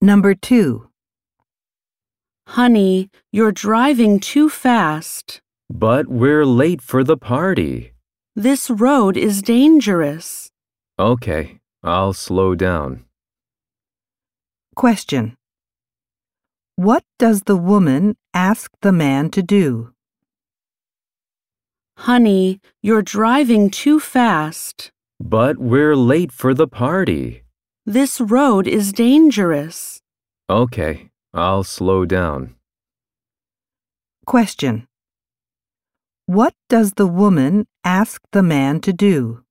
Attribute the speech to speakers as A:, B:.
A: Number two,
B: Honey, you're driving too fast.
C: But we're late for the party.
B: This road is dangerous.
C: Okay, I'll slow down.
A: question. What does the woman ask the man to do?
B: Honey, you're driving too fast.
C: But we're late for the party.
B: This road is dangerous.
C: Okay, I'll slow down.
A: Question. What does the woman ask the man to do?